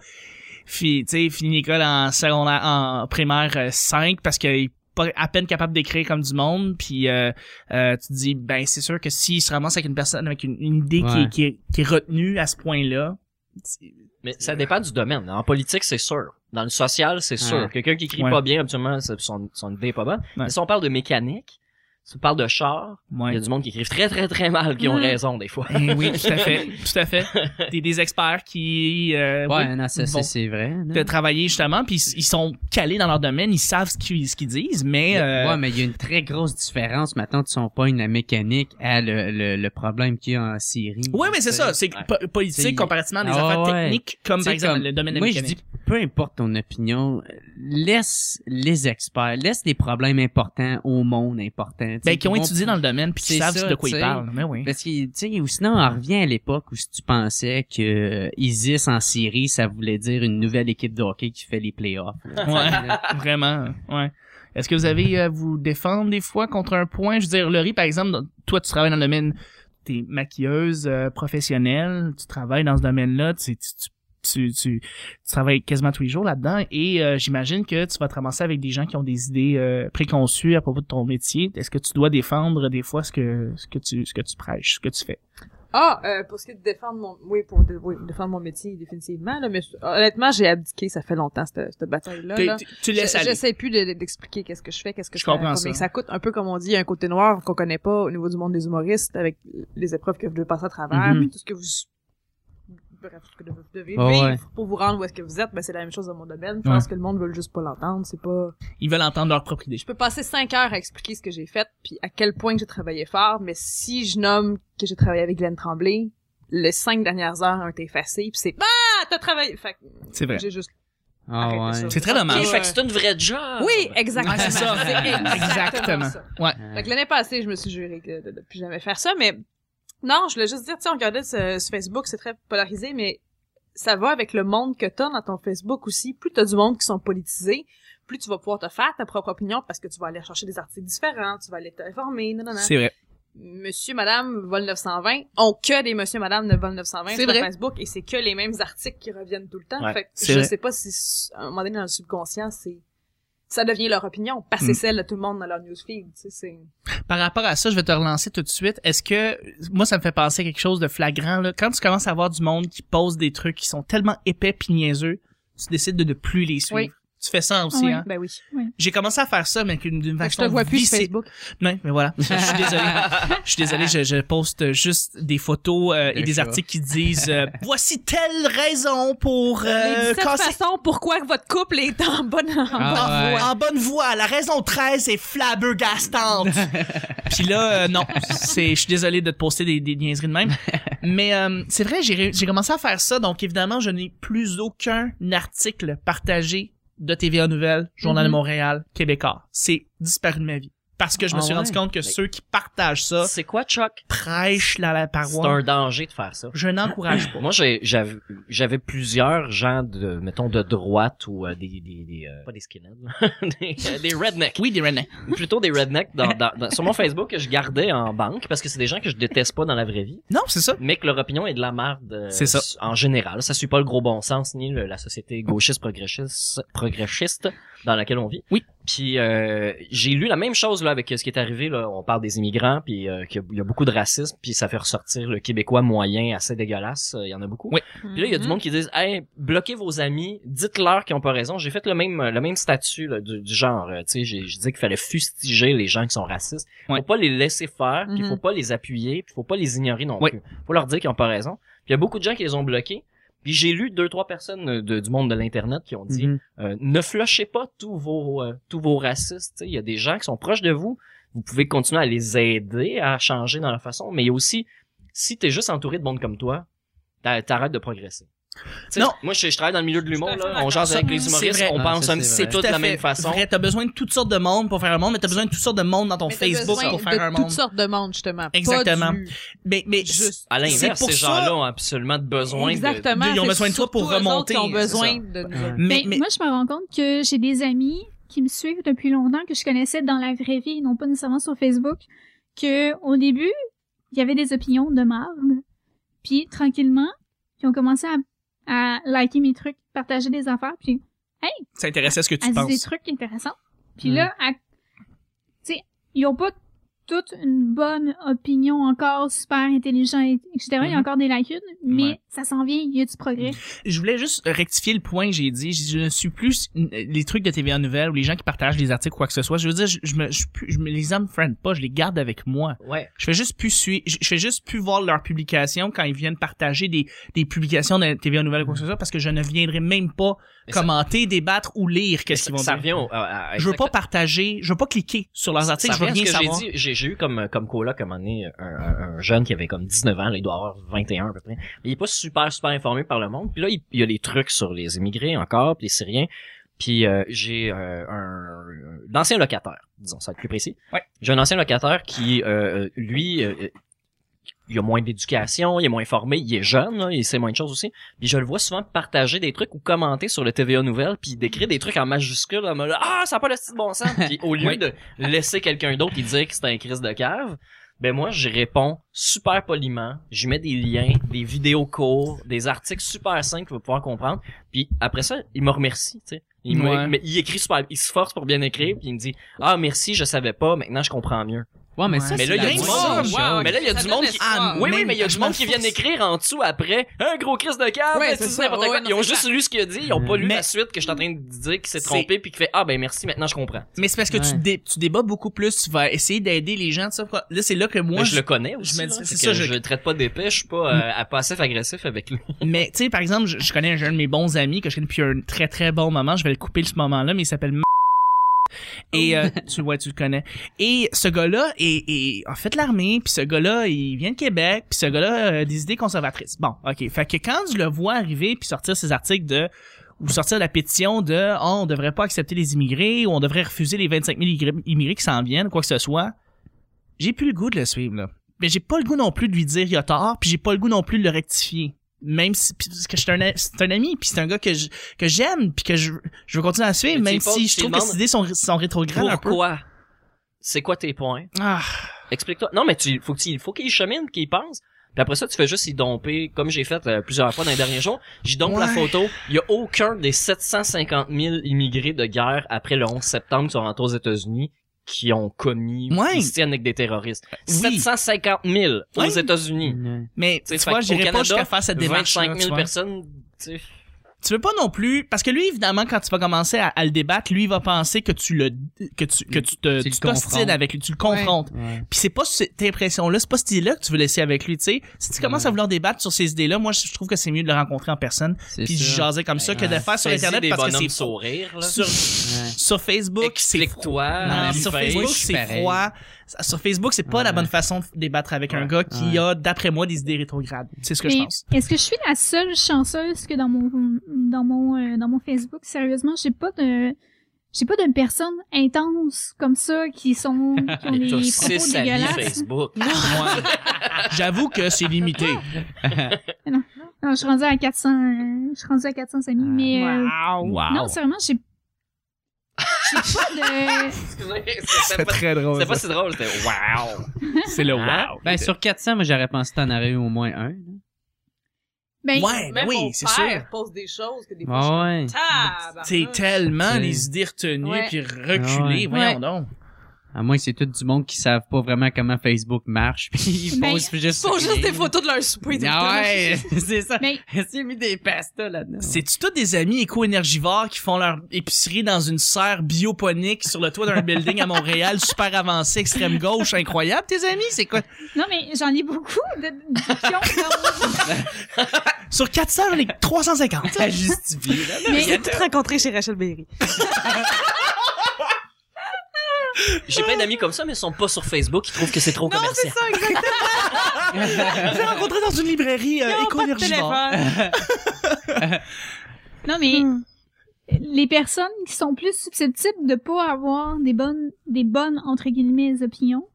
Speaker 1: fi- tu sais, fini l'école en secondaire, en primaire euh, 5 parce qu'il est pas à peine capable d'écrire comme du monde. Puis euh, euh, tu te dis, ben c'est sûr que s'il se ramasse avec une personne, avec une, une idée qui, est-
Speaker 2: Ouais.
Speaker 1: qui, est, qui est retenue à ce point-là, c'est-
Speaker 3: Mais ça dépend du domaine. En politique, c'est sûr. Dans le social, c'est sûr.
Speaker 2: Ouais.
Speaker 3: Quelqu'un qui écrit
Speaker 1: Ouais.
Speaker 3: pas bien, absolument, son, son idée est pas bonne.
Speaker 1: Ouais.
Speaker 3: Mais si on parle de mécanique, si on parle de char, il
Speaker 1: ouais.
Speaker 3: y a du monde qui écrivent très, très, très mal, qui ont
Speaker 2: Mm.
Speaker 5: Ouais.
Speaker 3: raison, des fois.
Speaker 1: Eh oui, tout à fait, tout à fait. Des, des experts qui euh, oui,
Speaker 2: Ouais, non, ça, ça,
Speaker 1: Bon.
Speaker 2: c'est vrai. là.
Speaker 1: de travailler justement, puis ils- ils sont calés dans leur domaine, ils savent ce qu'ils ce qu'ils disent, mais euh,
Speaker 2: Ouais, mais il y a une très grosse différence maintenant tu sont pas une mécanique à le, le, le problème qu'il y a en Syrie.
Speaker 1: ouais, mais c'est
Speaker 2: Tu
Speaker 1: ça,
Speaker 2: sais.
Speaker 1: c'est
Speaker 3: Ouais.
Speaker 1: po- politique
Speaker 2: C'est-
Speaker 1: comparativement à des
Speaker 2: Ah,
Speaker 1: affaires
Speaker 2: ouais.
Speaker 1: techniques comme
Speaker 2: Tu sais,
Speaker 1: par exemple
Speaker 2: comme-
Speaker 1: le domaine de la
Speaker 2: Moi, je dis,
Speaker 1: mécanique.
Speaker 2: peu importe ton opinion, euh, laisse les experts, laisse les problèmes importants au monde important. tu sais,
Speaker 1: Ben, qui ont
Speaker 2: vont-
Speaker 1: étudié dans le domaine puis qui
Speaker 2: C'est
Speaker 1: savent
Speaker 2: ça,
Speaker 1: de quoi ils
Speaker 2: tu sais.
Speaker 1: parlent. Mais oui.
Speaker 2: Parce que, tu sais, ou sinon, on revient à l'époque où si tu pensais que euh, ISIS en Syrie, ça voulait dire une nouvelle équipe de hockey qui fait les playoffs. là.
Speaker 1: Ouais, vraiment. Ouais. Est-ce que vous avez à vous défendre des fois contre un point? Je veux dire, Laurie, par exemple, dans- toi, tu travailles dans le domaine, t'es maquilleuse euh, professionnelle, tu travailles dans ce domaine-là, tu, tu, tu, tu, tu- tu travailles quasiment tous les jours là-dedans et euh, j'imagine que tu vas te ramasser avec des gens qui ont des idées euh, préconçues à propos de ton métier. Est-ce que tu dois défendre des fois ce que, ce que, tu, ce que tu prêches, ce que tu fais?
Speaker 4: Ah, euh, pour ce qui est de défendre mon, oui, pour dé- oui, défendre mon métier, définitivement, là, mais je- honnêtement, j'ai abdiqué, ça fait longtemps, cette, cette bataille-là.
Speaker 1: T'es-
Speaker 4: là.
Speaker 1: t'es- tu
Speaker 4: Je- J'essaie plus de- d'expliquer qu'est-ce que je fais, qu'est-ce que
Speaker 1: Je
Speaker 4: je,
Speaker 1: comprends
Speaker 4: fais,
Speaker 1: ça.
Speaker 4: combien que ça coûte. Un peu comme on dit, il y a un côté noir qu'on connaît pas au niveau du monde des humoristes avec les épreuves que vous devez passer à travers,
Speaker 2: Mhm.
Speaker 4: puis tout ce que vous bref, ce que vous devez
Speaker 2: Ah ouais.
Speaker 4: vivre pour vous rendre où est-ce que vous êtes, ben c'est la même chose dans mon domaine. Je pense que le monde veut juste pas l'entendre, c'est pas...
Speaker 1: Ils veulent entendre leur propre idée.
Speaker 4: Je peux passer cinq heures à expliquer ce que j'ai fait, puis à quel point que j'ai travaillé fort, mais si je nomme que j'ai travaillé avec Glenn Tremblay, les cinq dernières heures ont été effacées, puis c'est « Ah! T'as travaillé! » Fait que
Speaker 1: C'est vrai.
Speaker 4: j'ai juste
Speaker 2: Ah
Speaker 4: arrêté
Speaker 2: ouais.
Speaker 4: ça.
Speaker 1: C'est très dommage.
Speaker 3: Ok,
Speaker 4: Ouais.
Speaker 3: fait que c'est une vraie job.
Speaker 4: Oui, exactement.
Speaker 1: Ouais, c'est ça.
Speaker 2: Exactement.
Speaker 4: ça.
Speaker 2: Euh,
Speaker 4: Fait que l'année passée, je me suis juré que de ne plus jamais faire ça, mais non, je voulais juste dire, tu sais, on regardait ce- sur Facebook, c'est très polarisé, mais ça va avec le monde que t'as dans ton Facebook aussi. Plus t'as du monde qui sont politisés, plus tu vas pouvoir te faire ta propre opinion parce que tu vas aller chercher des articles différents, tu vas aller t'informer, non, non, non.
Speaker 1: C'est vrai.
Speaker 4: Monsieur, madame, vol 920 ont que des monsieur, madame de vol 920
Speaker 1: C'est
Speaker 4: sur
Speaker 1: vrai.
Speaker 4: Facebook et c'est que les mêmes articles qui reviennent tout le temps.
Speaker 3: Ouais,
Speaker 4: fait que
Speaker 1: c'est
Speaker 4: je
Speaker 1: vrai.
Speaker 4: sais pas si, s- à un moment donné, dans le subconscient, c'est, ça devient leur opinion parce que c'est
Speaker 1: Mm.
Speaker 4: celle de tout le monde dans leur newsfeed, tu sais, c'est...
Speaker 1: Par rapport à ça, je vais te relancer tout de suite. Est-ce que moi ça me fait penser à quelque chose de flagrant là. Quand tu commences à avoir du monde qui pose des trucs qui sont tellement épais puis niaiseux, tu décides de ne plus les suivre.
Speaker 4: Oui.
Speaker 1: Tu fais ça aussi
Speaker 5: Oui.
Speaker 1: hein.
Speaker 4: Ben oui.
Speaker 1: J'ai commencé à faire ça mais d'une d'une
Speaker 4: Fait que je
Speaker 1: façon
Speaker 4: te vois plus
Speaker 1: vicée.
Speaker 4: sur Facebook.
Speaker 3: euh,
Speaker 1: Non, mais voilà. Je suis désolé. Je suis désolé. Je, je poste juste des photos euh, et
Speaker 2: Le
Speaker 1: des
Speaker 2: chat.
Speaker 1: articles qui disent euh, voici telle raison pour euh,
Speaker 4: les 17
Speaker 1: casser-
Speaker 4: façons pourquoi votre couple est en bonne, en
Speaker 2: Ah
Speaker 4: bonne
Speaker 2: ouais.
Speaker 4: voie.
Speaker 1: en bonne voie. La raison 13 est flabbergastante. Puis là, euh, non, c'est, je suis désolé de te poster des, des niaiseries de même. Mais euh, c'est vrai, j'ai, ré- j'ai commencé à faire ça, donc évidemment, je n'ai plus aucun article partagé de TVA Nouvelles, Journal de
Speaker 4: Mhm.
Speaker 1: Montréal, Québécois. C'est disparu de ma vie. Parce que je me
Speaker 2: Ah
Speaker 1: suis rendu
Speaker 2: ouais?
Speaker 1: compte que ceux qui partagent ça
Speaker 3: C'est quoi, Chuck?
Speaker 1: prêchent la, la
Speaker 3: C'est
Speaker 1: paroi.
Speaker 3: un danger de faire ça.
Speaker 1: Je n'encourage pas.
Speaker 3: Moi, j'ai- j'avais j'avais plusieurs gens de, mettons, de droite ou euh, des, des, des euh, pas des skinheads, là, des, euh, des rednecks,
Speaker 1: Oui, des rednecks.
Speaker 3: plutôt des rednecks dans, dans- dans- sur mon Facebook que je gardais en banque parce que c'est des gens que je déteste pas dans la vraie vie,
Speaker 1: Non, c'est ça.
Speaker 3: mais que leur opinion est de la merde. euh,
Speaker 1: C'est ça.
Speaker 3: En général, ça suit pas le gros bon sens ni le- la société gauchiste progressiste progressiste dans laquelle on vit.
Speaker 1: Oui.
Speaker 3: Puis euh, j'ai lu la même chose là avec euh, ce qui est arrivé là. On parle des immigrants, puis euh, qu'il y a- il y a beaucoup de racisme, puis ça fait ressortir le québécois moyen assez dégueulasse. euh, Il y en a beaucoup. Puis là, il y a du
Speaker 4: Hmm. Mm-hmm.
Speaker 3: monde qui disent, hey, bloquez vos amis, dites-leur qu'ils ont pas raison. J'ai fait le même, le même statut là, du, du genre. euh, Tu sais, j'ai- je disais qu'il fallait fustiger les gens qui sont racistes.
Speaker 1: Ouais.
Speaker 3: Faut pas les laisser faire, puis
Speaker 4: Mhm.
Speaker 3: faut pas les appuyer, puis faut pas les ignorer non
Speaker 1: Ouais.
Speaker 3: plus. Faut leur dire qu'ils ont pas raison. Puis il y a beaucoup de gens qui les ont bloqués. Puis j'ai lu deux trois personnes euh, de- du monde de l'internet qui ont dit,
Speaker 2: Mhm.
Speaker 3: euh, ne flushez pas tous vos euh, tous vos racistes. tu sais. Il y a des gens qui sont proches de vous. Vous pouvez continuer à les aider à changer dans leur façon, mais il y a aussi si t'es juste entouré de monde comme toi, t'a- t'arrêtes de progresser. Tu sais,
Speaker 1: Non.
Speaker 3: Moi, je, je travaille dans le milieu de l'humour.
Speaker 4: Tout à fait
Speaker 3: là. On
Speaker 4: d'accord.
Speaker 3: jase avec les
Speaker 1: C'est
Speaker 3: humoristes,
Speaker 1: vrai.
Speaker 3: on
Speaker 2: Ah,
Speaker 3: pense
Speaker 2: ça,
Speaker 3: un
Speaker 2: c'est
Speaker 3: petit
Speaker 2: vrai.
Speaker 3: peu
Speaker 1: Tout
Speaker 3: de
Speaker 1: à
Speaker 3: la
Speaker 1: fait
Speaker 3: même façon.
Speaker 1: Vrai, t'as besoin de toutes sortes de monde pour faire un monde, mais t'as besoin de toutes sortes de monde dans ton
Speaker 4: Mais t'as
Speaker 1: Facebook
Speaker 4: besoin
Speaker 1: pour faire un
Speaker 4: de
Speaker 1: monde.
Speaker 4: toutes sortes de monde, justement.
Speaker 1: Exactement.
Speaker 4: Pas du-
Speaker 1: Mais, mais
Speaker 4: Juste.
Speaker 3: À l'inverse,
Speaker 1: C'est pour
Speaker 3: ces
Speaker 1: ça-
Speaker 3: gens-là ont absolument besoin de,
Speaker 4: Exactement.
Speaker 1: de- ils ont
Speaker 4: c'est
Speaker 1: besoin de toi pour
Speaker 4: surtout eux autres
Speaker 1: remonter,
Speaker 4: qui ont
Speaker 1: c'est
Speaker 4: besoin
Speaker 1: ça.
Speaker 2: Ouais.
Speaker 4: de nous.
Speaker 1: Mais,
Speaker 5: Mais, Ben, moi, je me rends compte que j'ai des amis qui me suivent depuis longtemps, que je connaissais dans la vraie vie, non pas nécessairement sur Facebook, que au début, il y avait des opinions de merde. Puis, tranquillement, ils ont commencé à, à liker mes trucs, partager des affaires, puis
Speaker 1: ça intéressait ce que
Speaker 5: à
Speaker 1: tu
Speaker 5: dire des
Speaker 1: penses.
Speaker 5: trucs intéressants.
Speaker 1: Mm.
Speaker 5: Puis là, à- tu sais, ils ont pas toute une bonne opinion encore, super intelligent, et- etc. Il y
Speaker 1: Mhm.
Speaker 5: a encore des lacunes, mais
Speaker 1: Ouais.
Speaker 5: ça s'en vient, il y a du progrès.
Speaker 1: Je voulais juste rectifier le point que j'ai dit. Je je ne suis plus euh, les trucs de TVA Nouvelle ou les gens qui partagent des articles ou quoi que ce soit. Je veux dire, je, je me, je, suis plus- je me les unfriend pas, je les garde avec moi.
Speaker 3: Ouais.
Speaker 1: Je fais juste plus suivre, je, je fais juste plus voir leurs publications quand ils viennent partager des, des publications de TVA Nouvelle ou quoi que ce soit parce que je ne viendrai même pas
Speaker 3: Mais ça-
Speaker 1: commenter, débattre ou lire qu'est-ce qu'ils
Speaker 3: Ça,
Speaker 1: vont
Speaker 3: ça
Speaker 1: dire.
Speaker 3: revient au- à- à-
Speaker 1: Je veux pas partager, je veux pas cliquer sur leurs articles, je veux
Speaker 3: Ça revient
Speaker 1: rien
Speaker 3: à ce que
Speaker 1: savoir.
Speaker 3: j'ai dit. J'ai- J'ai eu comme, comme coloc à un moment donné, un, un- un jeune qui avait comme 19 ans, là, il doit avoir 21 à peu près. Mais il est pas super, super informé par le monde. Puis là, il, il y a les trucs sur les immigrés encore, puis les Syriens. Puis euh, j'ai euh, un, un ancien locataire, disons ça va être plus précis.
Speaker 1: Ouais.
Speaker 3: J'ai un ancien locataire qui, euh, lui, euh, euh, il a moins d'éducation, il est moins informé, il est jeune, là, il sait moins de choses aussi. Puis je le vois souvent partager des trucs ou commenter sur le TVA Nouvelle, puis décrire des trucs en majuscules en mode ah ça n'a pas le style de bon sens. Puis au lieu
Speaker 1: Oui.
Speaker 3: de laisser quelqu'un d'autre qui dire que c'est un crise de cave, ben moi je réponds super poliment, j'y mets des liens, des vidéos courtes, des articles super simples que vous pouvoir comprendre. Puis après ça, il me remercie, tu sais. Il, me-
Speaker 1: Ouais.
Speaker 3: mais il écrit super, il se force pour bien écrire, puis il me dit ah merci, je savais pas, maintenant je comprends mieux.
Speaker 2: Ouais, mais
Speaker 1: Ouais.
Speaker 2: ça,
Speaker 1: Mais
Speaker 2: c'est
Speaker 3: là, il y a
Speaker 2: la
Speaker 3: du
Speaker 2: moindre
Speaker 3: monde.
Speaker 2: chose.
Speaker 4: Wow,
Speaker 3: Mais là, il y a
Speaker 4: ça
Speaker 3: du
Speaker 4: donne
Speaker 3: monde
Speaker 4: des
Speaker 3: qui-
Speaker 4: histoires.
Speaker 1: Ah,
Speaker 3: Oui, oui,
Speaker 1: Même-
Speaker 3: mais il y a du
Speaker 1: je
Speaker 3: monde
Speaker 1: me
Speaker 3: qui vient
Speaker 1: force.
Speaker 3: d'écrire en dessous après un gros crise de câble,
Speaker 4: Ouais,
Speaker 3: tu
Speaker 4: c'est
Speaker 3: dis
Speaker 4: ça.
Speaker 3: n'importe
Speaker 4: Ouais,
Speaker 3: quoi.
Speaker 4: non,
Speaker 3: Ils ont
Speaker 4: c'est
Speaker 3: juste lu ce qu'il a dit, ils ont pas lu
Speaker 1: Mais-
Speaker 3: la suite que je suis en train de dire qui s'est
Speaker 1: C'est-
Speaker 3: trompé puis qui fait ah ben merci maintenant je comprends.
Speaker 1: Mais c'est parce que tu,
Speaker 2: Ouais.
Speaker 1: dé- tu débats beaucoup plus, tu vas essayer d'aider les gens, tu sais. pourquoi- Là, c'est là que moi,
Speaker 3: Mais Ben, je le connais aussi.
Speaker 1: me
Speaker 3: là,
Speaker 1: dis-
Speaker 3: fait
Speaker 1: c'est
Speaker 3: que
Speaker 1: ça, je- Mm.
Speaker 3: je le traite pas d'épais, je suis pas euh, à- passif agressif avec lui.
Speaker 1: Mais tu sais, par exemple, je, je connais un, un de mes bons amis que je connais depuis un très très bon moment. Je vais le couper ce moment-là, mais il s'appelle M- et
Speaker 3: Oh.
Speaker 1: euh, tu vois, tu le connais. Et ce gars-là est, est a fait l'armée, puis ce gars-là, il vient de Québec, puis ce gars-là a des idées conservatrices. Bon, ok. Fait que quand je le vois arriver puis sortir ses articles de ou sortir la pétition de oh, on devrait pas accepter les immigrés ou on devrait refuser les 25 000 igré- immigrés qui s'en viennent, quoi que ce soit, j'ai plus le goût de le suivre là. Mais j'ai pas le goût non plus de lui dire il a tort, puis j'ai pas le goût non plus de le rectifier même si pis- parce que c'est un a- c'est un ami puis c'est un gars que je, que j'aime puis que je je veux continuer à suivre
Speaker 3: Mais
Speaker 1: même
Speaker 3: tu sais pas,
Speaker 1: si
Speaker 3: tu
Speaker 1: je
Speaker 3: te
Speaker 1: trouve que
Speaker 3: demandes
Speaker 1: ses idées sont sont rétrogrades un peu
Speaker 3: Pourquoi C'est quoi tes points
Speaker 1: ah
Speaker 3: Explique-toi. Non mais tu faut que tu- il faut qu'il chemine, qu'il pense. Puis après ça, tu fais juste y domper, comme j'ai fait euh, plusieurs fois dans les derniers jours. J'y dompe la
Speaker 1: Ouais.
Speaker 3: photo. Il y a aucun des 750 000 immigrés de guerre après le 11 septembre qui sont rentrés aux États-Unis qui ont commis,
Speaker 1: Ouais.
Speaker 3: qui se tiennent avec des terroristes.
Speaker 1: Oui.
Speaker 3: 750 000 aux
Speaker 1: Ouais.
Speaker 3: États-Unis.
Speaker 2: Ouais.
Speaker 1: mais
Speaker 3: T'sais,
Speaker 1: tu
Speaker 3: fait
Speaker 1: vois
Speaker 3: qu'au
Speaker 1: j'irai pas
Speaker 3: Canada,
Speaker 1: jusqu'à faire cette démarche
Speaker 3: 25 000
Speaker 1: tu, vois.
Speaker 3: personnes, tu sais.
Speaker 1: tu veux pas non plus parce que lui évidemment quand tu vas commencer à, à le débattre lui il va penser que tu le que tu que tu te tu
Speaker 2: Tu le
Speaker 1: t'ostines
Speaker 2: confrontes.
Speaker 1: avec lui tu le confrontes
Speaker 2: Ouais.
Speaker 1: Puis c'est pas cette impression-là, c'est pas cette idée-là que tu veux laisser avec lui, tu sais. Si tu commences
Speaker 2: Ouais.
Speaker 1: à vouloir débattre sur ces idées-là, moi, je trouve que c'est mieux de le rencontrer en personne,
Speaker 2: C'est
Speaker 1: puis
Speaker 2: ça. Ben,
Speaker 1: jaser comme ça, que de
Speaker 2: Ouais.
Speaker 1: faire sur
Speaker 3: Fais-y
Speaker 1: Internet
Speaker 3: des
Speaker 1: parce que
Speaker 3: bonhommes
Speaker 1: c'est faux.
Speaker 3: sourires, là.
Speaker 1: Sur,
Speaker 2: Ouais.
Speaker 1: sur Facebook, c'est
Speaker 3: Explique-toi.
Speaker 1: Non,
Speaker 2: mais
Speaker 1: Ah, sur
Speaker 2: pareil,
Speaker 1: Facebook,
Speaker 2: je suis
Speaker 1: c'est
Speaker 2: pareil.
Speaker 1: froid. Sur Facebook, c'est pas
Speaker 2: Ouais.
Speaker 1: la bonne façon de débattre avec un
Speaker 3: Ouais.
Speaker 1: gars qui
Speaker 2: Ouais.
Speaker 1: a, d'après moi, des idées rétrogrades. C'est ce que je
Speaker 5: Mais
Speaker 1: pense.
Speaker 5: Est-ce que je suis la seule chanceuse que dans mon dans mon euh, dans mon Facebook, sérieusement, j'ai pas de j'ai pas de personnes intenses comme ça qui sont qui ont
Speaker 3: Mais
Speaker 5: des
Speaker 3: t'as
Speaker 5: propos
Speaker 3: six amis
Speaker 5: dégueulasses.
Speaker 3: Facebook.
Speaker 1: Ouais. J'avoue que c'est limité.
Speaker 5: Non, je suis rendue à 400 euh, je suis rendue à 400 amis,
Speaker 2: Ah.
Speaker 5: mais euh,
Speaker 1: Wow.
Speaker 5: non, sérieusement, j'ai j'ai pas de
Speaker 3: C'était pas,
Speaker 1: très drôle.
Speaker 3: c'était pas si drôle, c'était wow.
Speaker 1: C'est le
Speaker 3: Hein?
Speaker 1: wow.
Speaker 2: Ben, sur 400, moi, j'aurais pensé que t'en aurais eu au moins un.
Speaker 5: ben
Speaker 1: Ouais,
Speaker 4: Même
Speaker 1: oui,
Speaker 4: mon
Speaker 1: c'est
Speaker 4: père
Speaker 1: sûr.
Speaker 4: pose des choses que des fois,
Speaker 2: Ah ouais.
Speaker 4: je suis comme,
Speaker 1: C'est
Speaker 4: tabarnouche.
Speaker 1: tellement
Speaker 2: C'est-
Speaker 1: les idées retenues
Speaker 4: Ouais.
Speaker 1: puis reculées.
Speaker 2: Ouais.
Speaker 1: Voyons
Speaker 4: Ouais.
Speaker 1: donc.
Speaker 2: À moins que c'est tout du monde qui savent pas vraiment comment Facebook marche, puis ils
Speaker 5: Mais-
Speaker 2: posent juste...
Speaker 4: Ben, Ils font juste des photos de leur souper. tout le temps.
Speaker 2: Ah ouais, c'est ça.
Speaker 5: Mais-
Speaker 2: J'ai mis des pastas là-dedans.
Speaker 1: C'est-tu tous des amis éco-énergivores qui font leur épicerie dans une serre bioponique sur le toit d'un building à Montréal, super avancé, extrême gauche, incroyable, tes amis? C'est quoi?
Speaker 5: non mais j'en ai beaucoup de, de- qui ont comme-
Speaker 1: Sur 400, on est 350.
Speaker 2: Ça justifie, là.
Speaker 5: mais
Speaker 4: J'ai tout rencontré chez Rachel Berry.
Speaker 3: J'ai plein d'amis comme ça, mais ils sont pas sur Facebook, ils trouvent que c'est trop
Speaker 4: Non, c'est
Speaker 3: commercial.
Speaker 4: ça, exactement.
Speaker 1: Je l'ai rencontré dans une librairie
Speaker 4: Ils
Speaker 1: euh,
Speaker 4: ont pas de
Speaker 1: éco-énergivore.
Speaker 4: téléphone.
Speaker 5: Non, mais les personnes qui sont plus susceptibles de pas avoir des bonnes, des bonnes, entre guillemets, opinions,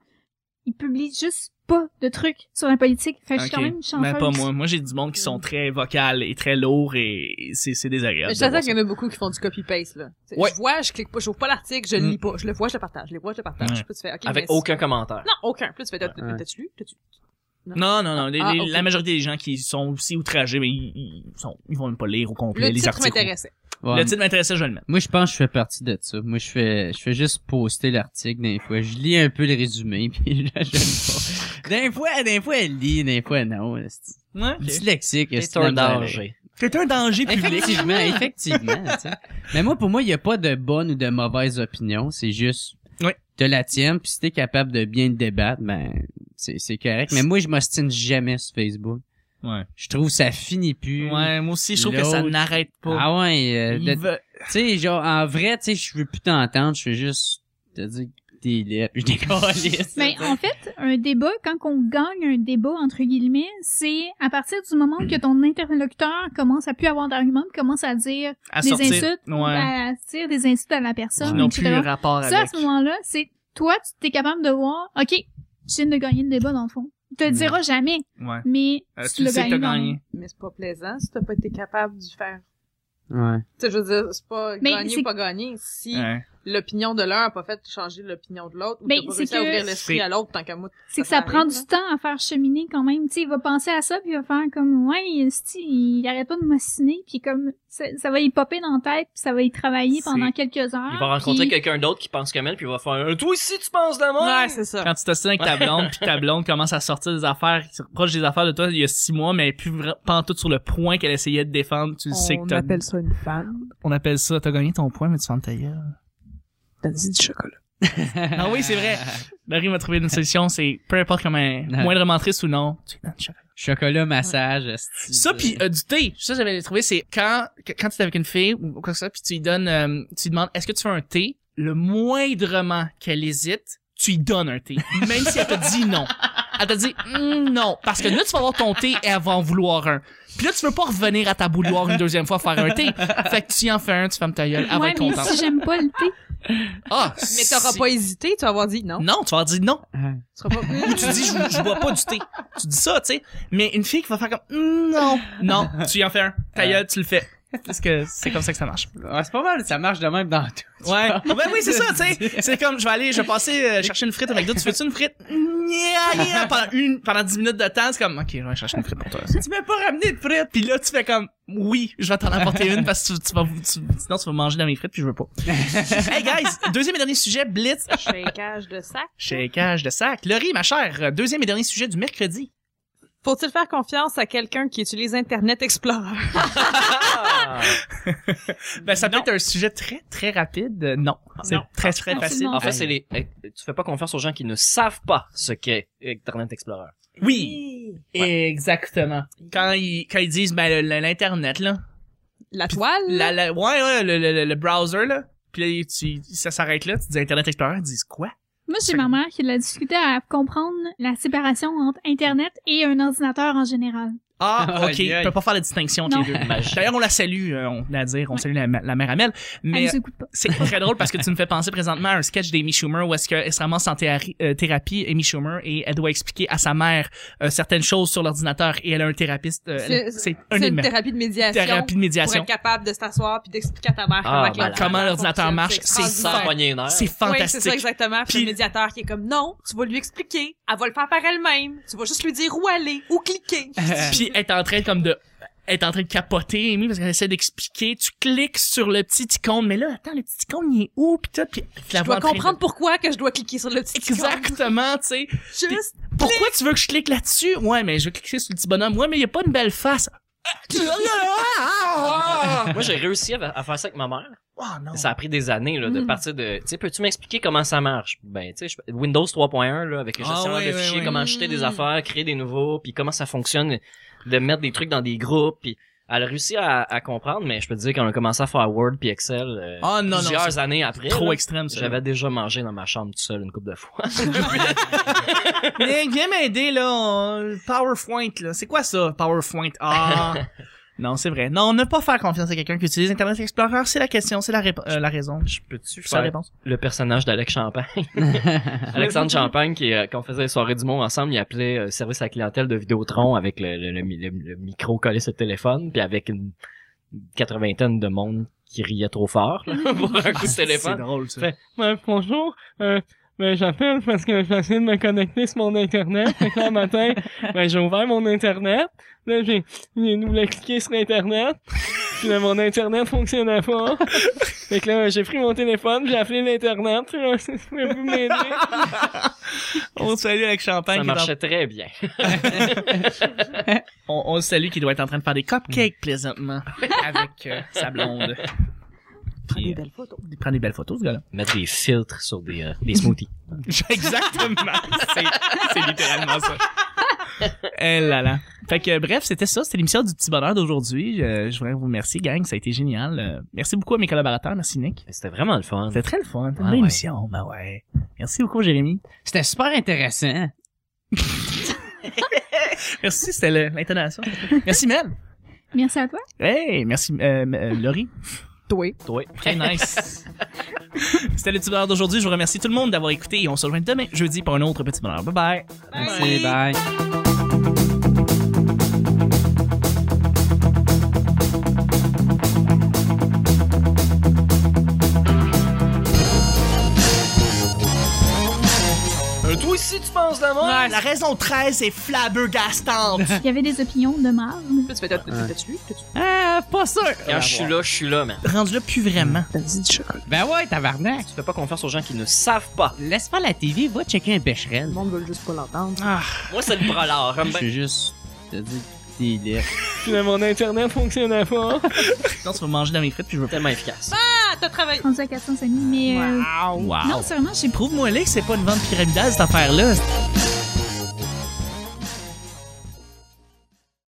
Speaker 5: ils publient juste pas de trucs sur la politique. Fait que je
Speaker 1: Ok.
Speaker 5: suis quand même chanceuse.
Speaker 1: Ben, pas moi. Moi, j'ai du monde qui sont très vocales et très lourds et c'est, c'est désagréable.
Speaker 4: Mais je t'attends
Speaker 1: de
Speaker 4: qu'il y en a beaucoup qui font du copy-paste, là. Tu sais,
Speaker 1: Ouais. Mm.
Speaker 4: Je vois, je clique pas, je trouve pas l'article, je le lis pas. Je le vois, je le partage. Je le vois, je le partage.
Speaker 1: Ouais.
Speaker 4: Puis tu fais, OK,
Speaker 3: Avec
Speaker 4: mais-
Speaker 3: aucun commentaire.
Speaker 4: Non, aucun. Plus tu fais, t'as- t'as-
Speaker 2: Ouais.
Speaker 4: t'as-tu lu? T'as-tu-
Speaker 1: voir ça. Non, non, non. Les-
Speaker 4: Ah,
Speaker 1: les-
Speaker 4: ok.
Speaker 1: La majorité des gens qui sont aussi outragés, mais ils, ils sont, ils vont même pas lire au complet
Speaker 4: Le
Speaker 1: les
Speaker 4: titre
Speaker 1: articles.
Speaker 4: m'intéressait.
Speaker 2: Ouais.
Speaker 1: Le titre m'intéressait, je vais le mettre.
Speaker 2: Moi, je pense que je fais partie de ça. Moi, je fais, je fais juste poster l'article des fois. Je lis un peu le résumé, puis là, j'aime pas. D'un fois, d'un fois, elle lit, d'un fois, non. C'est
Speaker 1: Ouais.
Speaker 2: Dyslexique,
Speaker 3: C'est
Speaker 2: c'est
Speaker 3: un
Speaker 2: la misère avec.
Speaker 3: danger.
Speaker 1: C'est un danger public.
Speaker 2: Effectivement, effectivement. tu sais. Mais moi, pour moi, il n'y a pas de bonne ou de mauvaise opinion. C'est juste
Speaker 1: Oui.
Speaker 2: de la tienne. Puis si t'es capable de bien te débattre, ben c'est c'est correct. Mais moi, je m'ostine jamais sur Facebook.
Speaker 1: Ouais.
Speaker 2: Je trouve que ça finit plus.
Speaker 1: Ouais, moi aussi, je trouve que
Speaker 2: L'autre-
Speaker 1: ça n'arrête pas.
Speaker 2: Ah ouais. euh,
Speaker 1: Ils
Speaker 2: de-
Speaker 1: veulent-
Speaker 2: Tu sais, genre, en vrai, tu sais, je veux plus t'entendre. Je veux juste te dire que t'es laid. puis Je décalisse.
Speaker 5: Mais en fait, un débat, quand on gagne un débat, entre guillemets, c'est à partir du moment que ton interlocuteur commence à plus avoir d'arguments, puis commence à dire
Speaker 1: à
Speaker 5: des
Speaker 1: sortir.
Speaker 5: insultes,
Speaker 1: Ouais.
Speaker 5: à dire des insultes à la
Speaker 1: Ils
Speaker 5: personne,
Speaker 1: n'ont plus
Speaker 5: etc.
Speaker 1: le rapport
Speaker 5: Ça, à
Speaker 1: avec.
Speaker 5: ce moment-là, c'est toi, tu t'es capable de voir, OK, je viens de gagner le débat, dans le fond. Tu
Speaker 1: Hmm.
Speaker 5: te le
Speaker 2: Mm.
Speaker 5: diras jamais,
Speaker 1: Ouais.
Speaker 5: mais
Speaker 1: Euh,
Speaker 5: tu, hein. l'as
Speaker 1: sais que
Speaker 5: gagné.
Speaker 1: t'as
Speaker 5: dans-
Speaker 1: gagné.
Speaker 4: Mais c'est pas plaisant si t'as pas été capable de faire.
Speaker 2: Ouais.
Speaker 4: Tu sais, je veux dire, c'est pas
Speaker 5: Mais
Speaker 4: gagné
Speaker 5: c'est-
Speaker 4: ou pas gagné. Si
Speaker 1: Ouais.
Speaker 4: l'opinion de l'un a pas fait changer l'opinion de l'autre, ou
Speaker 5: Ben,
Speaker 4: t'as pas
Speaker 5: c'est
Speaker 4: réussi à
Speaker 5: que-
Speaker 4: ouvrir l'esprit
Speaker 1: C'est-
Speaker 4: à l'autre tant qu'à moi.
Speaker 5: C'est que
Speaker 4: Ça
Speaker 5: ça
Speaker 4: arrive,
Speaker 5: prend
Speaker 4: hein.
Speaker 5: du temps à faire cheminer quand même. Tu sais, il va penser à ça, puis il va faire comme, ouais, c'ti, il arrête pas de m'assiner, puis comme, ça, ça va y popper dans la tête, puis ça va y travailler
Speaker 1: C'est-
Speaker 5: pendant quelques heures.
Speaker 3: Il va rencontrer
Speaker 5: puis-
Speaker 3: quelqu'un d'autre qui pense comme elle, puis il va faire un « Toi aussi, tu penses de moi?
Speaker 4: Ouais, c'est ça.
Speaker 1: Quand tu t'ostines avec ta blonde, puis ta blonde commence à sortir des affaires, qui se rapprochent des affaires de toi il y a six mois, mais elle est plus vra- pas tout sur le point qu'elle essayait de défendre, tu sais que t'as...
Speaker 4: ça une femme.
Speaker 1: On appelle ça, t'as gagné ton point, mais tu fermes ta gueule.
Speaker 4: Donne-y du chocolat.
Speaker 1: Ah oui, c'est vrai. Marie m'a trouvé une solution, c'est peu importe comment, moindrement triste ou non, tu es dans le chocolat.
Speaker 2: Chocolat massage. esti.
Speaker 1: Ça puis euh, du thé, ça j'avais trouvé c'est quand qu- quand tu es avec une fille ou quoi que ça puis tu lui donnes euh, tu lui demandes est-ce que tu veux un thé le moindrement qu'elle hésite, tu lui donnes un thé même si elle te dit non. Elle te dit Hmm, non parce que là tu vas avoir ton thé et elle va en vouloir un. Puis là tu veux pas revenir à ta bouilloire une deuxième fois faire un thé. Fait que tu y en fais un, tu fermes ta gueule, elle va
Speaker 5: Ouais,
Speaker 1: être
Speaker 5: mais
Speaker 1: contente.
Speaker 5: si j'aime pas le thé,
Speaker 1: Ah,
Speaker 4: Mais t'auras
Speaker 1: si-
Speaker 4: pas hésité, tu vas avoir dit non.
Speaker 1: Non, tu vas leur dire non.
Speaker 4: Tu seras pas...
Speaker 1: Ou tu dis je, je bois pas du thé. Tu dis ça, tu sais. Mais une fille qui va faire comme Hmm, non, Euh. non, tu y en fais un. Ta gueule, tu le fais. Parce que c'est comme ça que ça marche.
Speaker 2: Ah, c'est pas mal, ça marche de même dans tout.
Speaker 1: Ouais. Ben oui, c'est ça, tu sais. C'est comme, je vais aller, je vais passer euh, chercher une frite avec d'autres. Tu veux-tu une frite? Yeah, yeah. Pendant une, pendant dix minutes de temps, c'est comme, OK, je vais aller chercher une frite pour toi. Tu m'as pas ramené de frites. Puis là, tu fais comme, oui, je vais t'en apporter une parce que tu, tu vas, tu- sinon tu vas manger dans mes frites puis je veux pas. hey guys, deuxième et dernier sujet, Blitz.
Speaker 4: Shakage de sac.
Speaker 1: Chécage de sac. Laurie, ma chère, deuxième et dernier sujet du mercredi.
Speaker 4: Faut-il faire confiance à quelqu'un qui utilise Internet Explorer?
Speaker 3: Ah.
Speaker 1: Ben, ça peut être un sujet très, très rapide. Euh, Non. C'est
Speaker 3: Non.
Speaker 1: très, très facile.
Speaker 5: Absolument.
Speaker 3: En fait, c'est les. eh, Tu fais pas confiance aux gens qui ne savent pas ce qu'est Internet Explorer.
Speaker 1: Oui. Exactement. Quand ils, quand ils disent, ben, le- le- l'Internet, là.
Speaker 4: La toile?
Speaker 1: La, la- ouais, ouais, le, le- le- le browser, là. Puis là, tu, ça s'arrête là, tu dis Internet Explorer, ils disent quoi?
Speaker 5: moi j'ai ma mère qui l'a discuté à comprendre la séparation entre Internet et un ordinateur en général.
Speaker 1: Ah,
Speaker 2: Ah,
Speaker 1: ok,
Speaker 2: aïe,
Speaker 1: tu
Speaker 2: aïe.
Speaker 1: peux pas faire la distinction entre
Speaker 5: Non.
Speaker 1: les deux. D'ailleurs, on la salue, euh, on l'a à dire, on
Speaker 5: Ouais.
Speaker 1: salue la, ma- la mère Amel.
Speaker 5: Elle
Speaker 1: Mais
Speaker 5: nous écoute pas.
Speaker 1: c'est très drôle parce que tu me fais penser présentement à un sketch d'Amy Schumer où est-ce qu'elle se ramasse en théari- euh, thérapie, Amy Schumer, et elle doit expliquer à sa mère euh, certaines choses sur l'ordinateur et elle a un thérapeute. euh,
Speaker 4: C'est-
Speaker 1: elle- c'est un
Speaker 4: C'est une
Speaker 1: élément.
Speaker 4: thérapie de médiation.
Speaker 1: Thérapie de
Speaker 4: Pour
Speaker 1: médiation.
Speaker 4: être capable de s'asseoir puis d'expliquer à ta mère
Speaker 3: Ah,
Speaker 4: comment, que l'ordinateur
Speaker 1: Comment l'ordinateur
Speaker 4: fonctionne.
Speaker 1: marche, c'est
Speaker 4: extraordinaire.
Speaker 3: Sans
Speaker 1: Ouais.
Speaker 3: poignée une heure.
Speaker 1: C'est
Speaker 4: Oui, c'est ça
Speaker 1: fantastique.
Speaker 4: exactement. Puis
Speaker 1: Puis-
Speaker 4: le médiateur qui est comme non, tu vas lui expliquer, elle va le faire par elle-même. Tu vas juste lui dire où aller, où cliquer.
Speaker 1: Puis elle est en train comme de elle est en train de capoter Amy parce qu'elle essaie d'expliquer tu cliques sur le petit icône mais là attends le petit icône il est où puis tout puis tu la
Speaker 4: Je
Speaker 1: vois
Speaker 4: dois
Speaker 1: en train de-
Speaker 4: comprendre pourquoi que je dois cliquer sur le petit icône.
Speaker 1: exactement tu sais
Speaker 4: Juste
Speaker 1: pourquoi tu veux que je clique là-dessus ouais mais je veux cliquer sur le petit bonhomme ouais mais il y a pas une belle face oh
Speaker 3: Moi, j'ai réussi à, à faire ça avec ma mère.
Speaker 1: non
Speaker 3: Ça a pris des années, là, de
Speaker 1: Mm-hmm.
Speaker 4: Mm.
Speaker 3: partir de. Tu sais, peux-tu m'expliquer comment ça marche? Ben, tu sais, je- Windows 3.1, là, avec le
Speaker 1: Ah,
Speaker 3: gestionnaire
Speaker 1: ouais,
Speaker 3: de
Speaker 1: ouais,
Speaker 3: fichiers,
Speaker 1: ouais.
Speaker 3: comment acheter des
Speaker 4: Mm.
Speaker 3: affaires, créer des nouveaux, puis comment ça fonctionne, de mettre des trucs dans des groupes, puis elle a réussi à, à comprendre, mais je peux te dire qu'on a commencé à faire Word puis Excel euh,
Speaker 1: Ah, non, non,
Speaker 3: plusieurs
Speaker 1: c'est
Speaker 3: années après.
Speaker 1: trop
Speaker 3: là.
Speaker 1: extrême ça
Speaker 3: J'avais déjà mangé dans ma chambre tout seul une couple de fois.
Speaker 1: Viens- viens m'aider là on- PowerPoint là c'est quoi ça PowerPoint ah non c'est vrai non ne pas faire confiance à quelqu'un qui utilise Internet Explorer c'est la question c'est la, répo- euh, la raison
Speaker 3: Je peux-tu
Speaker 1: sa
Speaker 3: faire
Speaker 1: réponse
Speaker 3: le personnage d'Alex Champagne? Alexandre Champagne, qui, euh, quand on faisait les soirées du monde ensemble, il appelait euh, service à la clientèle de Vidéotron avec le, le, le mi- le- le micro collé sur le téléphone, puis avec une quatre-vingtaine de monde qui riait trop fort là, pour un coup de
Speaker 1: c'est
Speaker 3: téléphone.
Speaker 1: drôle ça
Speaker 3: Fait-
Speaker 6: Ouais, Ben, bonjour. Euh, ben, j'appelle parce que j'ai essayé de me connecter sur mon Internet. Fait que là, le matin, ben, j'ai ouvert mon Internet. Là, j'ai, j'ai double-cliqué sur Internet. Puis là, mon Internet fonctionnait pas. Fait que là, j'ai pris mon téléphone, j'ai appelé l'Internet. Puis là, c'est vous m'aider.
Speaker 1: On le salue avec Champagne.
Speaker 3: Ça
Speaker 1: qui est en-
Speaker 3: marchait très bien.
Speaker 1: On, on le salue qui doit être en train de faire des cupcakes plaisantement avec euh, sa blonde.
Speaker 4: prends
Speaker 1: Puis,
Speaker 4: des
Speaker 1: euh,
Speaker 4: belles photos.
Speaker 1: il prend des belles photos, ce gars-là.
Speaker 3: Mettre des filtres sur des, euh, des smoothies.
Speaker 1: Exactement. c'est, c'est littéralement ça. Eh là là. Fait que, euh, bref, c'était ça. C'était l'émission du petit bonheur d'aujourd'hui. Euh, je voudrais vous remercier, gang. Ça a été génial. Euh, merci beaucoup à mes collaborateurs. Merci, Nick.
Speaker 3: Mais C'était vraiment le fun.
Speaker 1: C'était très le fun. Une
Speaker 3: Ah
Speaker 1: belle
Speaker 3: ouais.
Speaker 1: émission. Ben ouais. Merci beaucoup, Jérémy.
Speaker 2: C'était super intéressant.
Speaker 1: Merci, c'était le- l'intonation. Merci, Mel.
Speaker 5: Merci à toi.
Speaker 1: Hey, merci, euh, euh, Laurie.
Speaker 4: Toi.
Speaker 3: Toi.
Speaker 1: Très nice. C'était le petit bonheur d'aujourd'hui. Je vous remercie tout le monde d'avoir écouté et on se rejoint demain, jeudi, pour un autre petit bonheur. Bye bye.
Speaker 2: Merci,
Speaker 4: Bye.
Speaker 2: bye.
Speaker 1: Ah, la raison 13 est flabbergastante.
Speaker 5: Il y avait des opinions de marde.
Speaker 4: Là, tu fais, t'as- t'as- t'as-tu lu? T'as-tu
Speaker 2: Ah, pas sûr!
Speaker 3: Quand je suis là, je suis là, man.
Speaker 1: Rendu là, plus vraiment.
Speaker 4: T'as dit du chocolat.
Speaker 2: Ben ouais, tabarnak!
Speaker 3: Tu fais pas confiance aux gens qui ne savent pas. Ben.
Speaker 2: Laisse pas la TV, va checker un
Speaker 4: Le
Speaker 2: becherel.
Speaker 4: monde veut juste pas l'entendre.
Speaker 3: Moi, c'est le brolard. J'aime
Speaker 2: Je
Speaker 3: bien.
Speaker 2: suis juste... te dire, t'es laid.
Speaker 6: Finalement, mon internet fonctionnait pas.
Speaker 1: Non, tu vas manger dans mes frites puis je veux pas.
Speaker 3: tellement efficace.
Speaker 4: Ah, t'as travaillé.
Speaker 5: Rendu à 400 amis, mais... euh,
Speaker 1: Wow.
Speaker 5: Non, c'est vraiment, j'ai
Speaker 1: Prouve-moi là que c'est pas une vente pyramidale cette affaire-là.